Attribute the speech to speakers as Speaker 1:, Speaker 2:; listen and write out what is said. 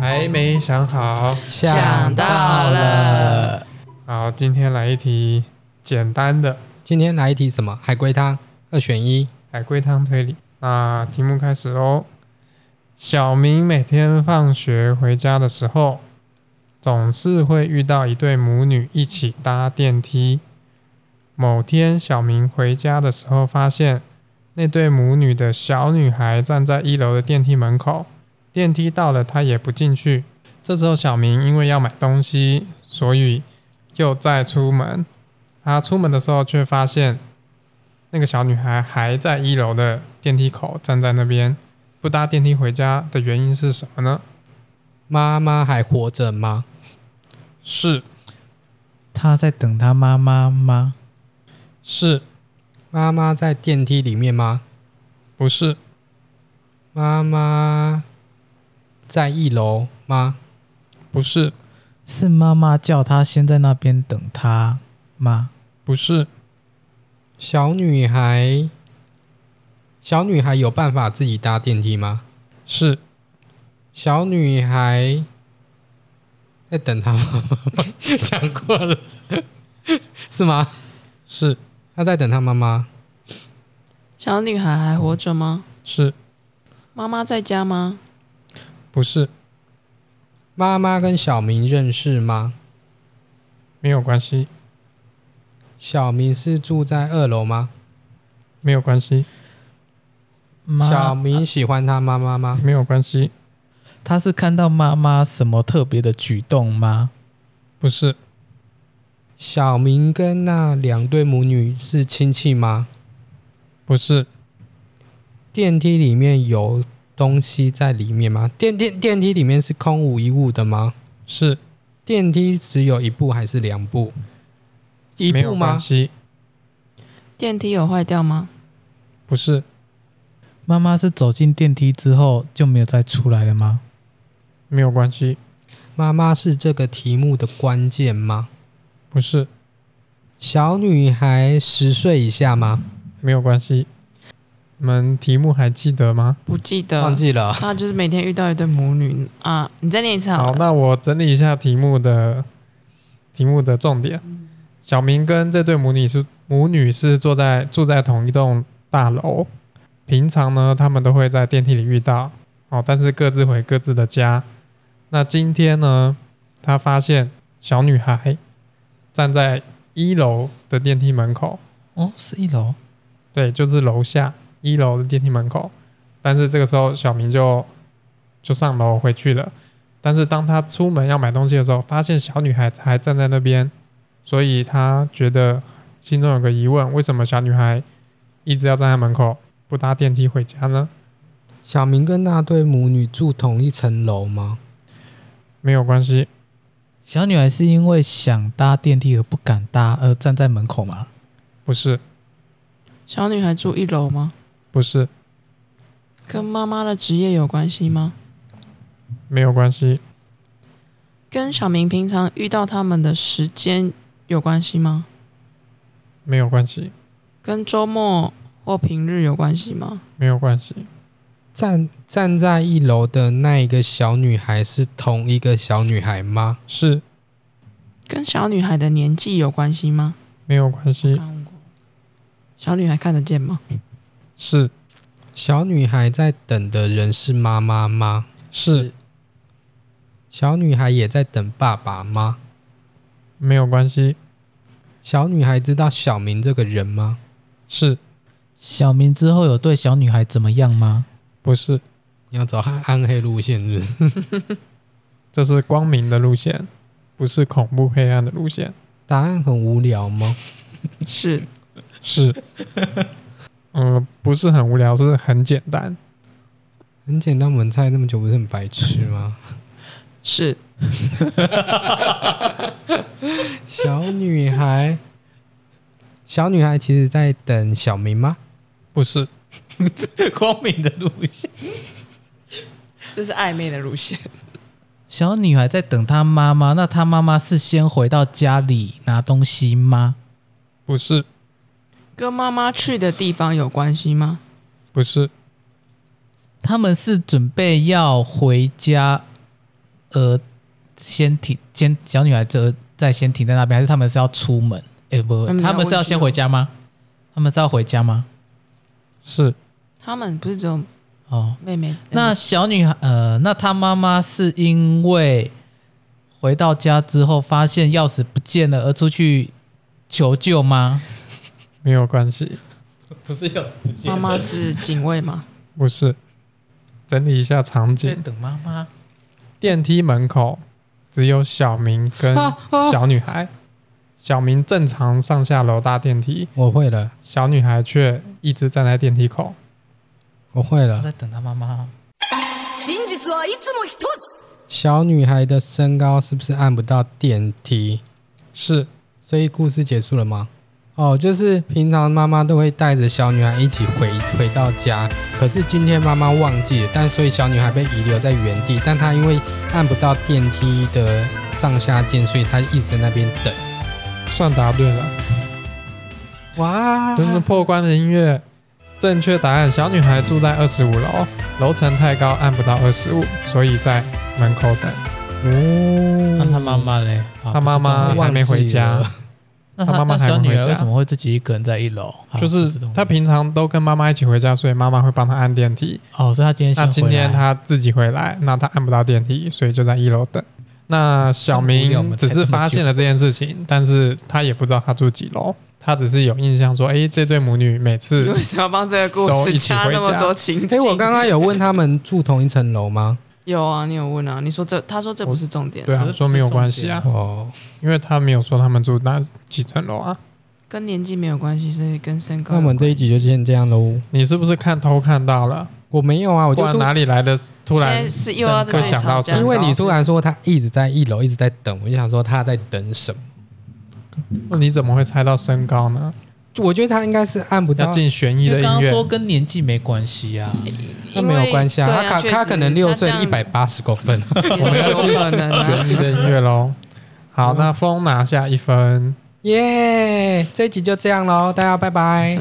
Speaker 1: 还没想好。
Speaker 2: 想到了。
Speaker 1: 好，今天来一题简单的
Speaker 2: 今天来一题什么？海龟汤二选一。
Speaker 1: 海龟汤推理。那题目开始喽。小明每天放学回家的时候，总是会遇到一对母女一起搭电梯。某天，小明回家的时候发现，那对母女的小女孩站在一楼的电梯门口，电梯到了，她也不进去。这时候，小明因为要买东西，所以又再出门。他出门的时候，却发现那个小女孩还在一楼的电梯口站在那边，不搭电梯回家的原因是什么呢？
Speaker 2: 妈妈还活着吗？
Speaker 1: 是
Speaker 3: 他在等他妈妈吗？
Speaker 1: 是
Speaker 2: 妈妈在电梯里面吗？
Speaker 1: 不是
Speaker 2: 妈妈在一楼吗？
Speaker 1: 不是
Speaker 3: 是妈妈叫他先在那边等他吗？
Speaker 1: 不是
Speaker 2: 小女孩，小女孩有办法自己搭电梯吗？
Speaker 1: 是
Speaker 2: 小女孩在等她 妈妈吗，讲过了，是吗？
Speaker 1: 是
Speaker 2: 她在等她妈妈，
Speaker 4: 小女孩还活着吗？
Speaker 1: 是
Speaker 4: 妈妈在家吗？
Speaker 1: 不是
Speaker 2: 妈妈跟小明认识吗？
Speaker 1: 没有关系，
Speaker 2: 小明是住在二楼吗？
Speaker 1: 没有关系，
Speaker 3: 妈
Speaker 2: 小明喜欢他妈妈吗？
Speaker 1: 没有关系，
Speaker 3: 他是看到妈妈什么特别的举动吗？
Speaker 1: 不是
Speaker 2: 小明跟那两对母女是亲戚吗？
Speaker 1: 不是
Speaker 2: 电梯里面有东西在里面吗？电电电梯里面是空无一物的吗？
Speaker 1: 是
Speaker 2: 电梯只有一步还是两步？一
Speaker 1: 没有
Speaker 2: 步
Speaker 1: 关
Speaker 2: 吗？
Speaker 1: 系，
Speaker 4: 电梯有坏掉吗？
Speaker 1: 不是
Speaker 3: 妈妈是走进电梯之后就没有再出来了吗？
Speaker 1: 没有关系，
Speaker 2: 妈妈是这个题目的关键吗？
Speaker 1: 不是
Speaker 2: 小女孩十岁以下吗？
Speaker 1: 没有关系。你们题目还记得吗？
Speaker 4: 不记
Speaker 1: 呃
Speaker 4: 得，
Speaker 2: 忘。记了，
Speaker 4: 那就是每天遇到一对母女啊！你再念一次好
Speaker 1: 好，
Speaker 4: 了。
Speaker 1: 那我整理一下题目的题目的重点。小明跟这对母女是母女是坐在住在同一栋大楼，平常呢他们都会在电梯里遇到，哦，但是各自回各自的家。那今天呢，他发现小女孩站在一楼的电梯门口，
Speaker 3: 哦，是一楼。
Speaker 1: 对，就是楼下一楼的电梯门口。但是这个时候，小明就就上楼回去了。但是当他出门要买东西的时候，发现小女孩还站在那边，所以他觉得心中有个疑问：为什么小女孩一直要站在门口，不搭电梯回家呢？
Speaker 2: 小明跟那对母女住同一层楼吗？
Speaker 1: 没有关系，
Speaker 3: 小女孩是因为想搭电梯而不敢搭，而站在门口吗？
Speaker 1: 不是，
Speaker 4: 小女孩住一楼吗？
Speaker 1: 不是，
Speaker 4: 跟妈妈的职业有关系吗？
Speaker 1: 没有关系，
Speaker 4: 跟小明平常遇到他们的时间有关系吗？
Speaker 1: 没有关系，
Speaker 4: 跟周末或平日有关系吗？
Speaker 1: 没有关系，
Speaker 2: 站站在一楼的那一个小女孩是同一个小女孩吗？
Speaker 1: 是
Speaker 4: 跟小女孩的年纪有关系吗？
Speaker 1: 没有关系，
Speaker 4: 看过。小女孩看得见吗？
Speaker 1: 是
Speaker 2: 小女孩在等的人是妈妈吗？
Speaker 1: 是
Speaker 2: 小女孩也在等爸爸吗？
Speaker 1: 没有关系，
Speaker 2: 小女孩知道小明这个人吗？
Speaker 1: 是
Speaker 3: 小明之后有对小女孩怎么样吗？
Speaker 1: 不是？
Speaker 2: 你要走暗暗黑路线是不是？
Speaker 1: 这是光明的路线，不是恐怖黑暗的路线。
Speaker 2: 答案很无聊吗？
Speaker 4: 是
Speaker 1: 是， 嗯、不是很无聊，是很简单。
Speaker 2: 很简单，我们猜那么久不是很白痴吗？
Speaker 4: 是，
Speaker 2: 小女孩，小女孩其实在等小明吗？
Speaker 1: 不是，
Speaker 3: 光明的路线。
Speaker 4: 这是暧昧的路线。
Speaker 3: 小女孩在等她妈妈，那她妈妈是先回到家里拿东西吗？
Speaker 1: 不是，
Speaker 4: 跟妈妈去的地方有关系吗？
Speaker 1: 不是，
Speaker 3: 他们是准备要回家，呃先停，先小女孩这再先停在那边，还是他们是要出门？哎、不
Speaker 4: 他，们要
Speaker 3: 他们是要先回家吗？他们是要回家吗？
Speaker 1: 是
Speaker 4: 他们不是只有
Speaker 3: 哦，
Speaker 4: 妹妹？嗯
Speaker 3: 那小女孩呃，那她妈妈是因为回到家之后发现钥匙不见了而出去求救吗？
Speaker 1: 没有关系，
Speaker 3: 不是钥匙不见
Speaker 4: 妈妈是警卫吗？
Speaker 1: 不是。整理一下场
Speaker 3: 在
Speaker 1: 景，
Speaker 3: 等妈妈。
Speaker 1: 电梯门口只有小明跟
Speaker 2: 啊啊
Speaker 1: 小女孩。小明正常上下楼搭电梯，
Speaker 2: 我会了，
Speaker 1: 小女孩却一直站在电梯口。
Speaker 2: 我会
Speaker 3: 我
Speaker 2: 了。
Speaker 3: 在等她妈妈。
Speaker 5: 真実はいつも一つ
Speaker 2: 小女孩的身高是不是按不到电梯？
Speaker 1: 是
Speaker 2: 所以故事结束了吗？哦，就是平常妈妈都会带着小女孩一起回回到家，可是今天妈妈忘记了，但所以小女孩被遗留在原地，但她因为按不到电梯的上下键，所以她一直在那边等。
Speaker 1: 算答对了，
Speaker 2: 哇，
Speaker 1: 就是破关的音乐。正确答案：小女孩住在二十五楼，楼层太高，按不到二十五，所以在门口等。
Speaker 2: 哦
Speaker 3: 那她妈妈嘞？啊
Speaker 1: 她妈妈
Speaker 3: 不是重点
Speaker 1: 还没回家
Speaker 2: 忘记了
Speaker 3: 那
Speaker 1: 她
Speaker 3: 她
Speaker 1: 妈妈
Speaker 3: 那
Speaker 1: 还
Speaker 3: 小
Speaker 1: 没
Speaker 3: 女
Speaker 1: 回
Speaker 3: 儿为
Speaker 1: 家
Speaker 3: 什么会自己一个人在一楼？啊
Speaker 1: 就是
Speaker 3: 不重点
Speaker 1: 她平常都跟妈妈一起回家，所以妈妈会帮她按电梯。
Speaker 3: 哦，所以她今天先
Speaker 1: 那
Speaker 3: 回
Speaker 1: 今
Speaker 3: 来。
Speaker 1: 天她自己回来，那她按不到电梯，所以就在一楼等。那小
Speaker 3: 这么无聊我
Speaker 1: 明
Speaker 3: 们才
Speaker 1: 只是发现了这件事情，但是他也不知道她住几楼，他只是有印象说，诶，这 对母女每
Speaker 4: 你
Speaker 1: 次
Speaker 4: 为什么要帮这个故
Speaker 1: 都一
Speaker 4: 事
Speaker 1: 起
Speaker 4: 加
Speaker 1: 回
Speaker 4: 那么
Speaker 1: 家
Speaker 4: 多情
Speaker 2: 哎、
Speaker 4: 景？
Speaker 2: 我刚刚有问他们住同一层 楼吗？
Speaker 4: 有啊，你有问啊？你说这，他说这不是重点，
Speaker 1: 对啊
Speaker 3: 可是
Speaker 1: 说没有关系啊
Speaker 3: 这，
Speaker 2: 哦，
Speaker 1: 因为他没有说他们住哪几层楼啊。
Speaker 4: 跟年纪没有关系，是跟身高
Speaker 2: 那
Speaker 4: 有
Speaker 2: 我
Speaker 4: 关。
Speaker 2: 们这一集就先这样喽。
Speaker 1: 你是不是看偷看到了？
Speaker 2: 我没有啊，我
Speaker 1: 不
Speaker 2: 就
Speaker 1: 然
Speaker 2: 突
Speaker 1: 哪里来的突然
Speaker 4: 现在是又要在这里
Speaker 1: 会想到
Speaker 4: 吵架，
Speaker 1: 身
Speaker 2: 因
Speaker 1: 高
Speaker 2: 为你突然说他一直在一楼，一直在等，我就想说他在等什么？
Speaker 1: 那你怎么会猜到身高呢？
Speaker 2: 我觉得他应该是按不
Speaker 1: 要
Speaker 2: 到，
Speaker 1: 进悬疑
Speaker 3: 因
Speaker 1: 的
Speaker 3: 为刚
Speaker 1: 音
Speaker 3: 刚
Speaker 1: 乐
Speaker 3: 说，跟年纪没关系啊。
Speaker 2: 那没有关系
Speaker 4: 因为
Speaker 2: 啊，
Speaker 4: 对
Speaker 2: 他可
Speaker 4: 确
Speaker 2: 他
Speaker 4: 实
Speaker 2: 可能六岁
Speaker 4: 他这样
Speaker 2: 一百八十公分，
Speaker 4: 也是有可能啊。
Speaker 1: 悬疑的音乐喽。好，那风拿下一分。
Speaker 2: 耶！这一集就这样喽，大家拜拜。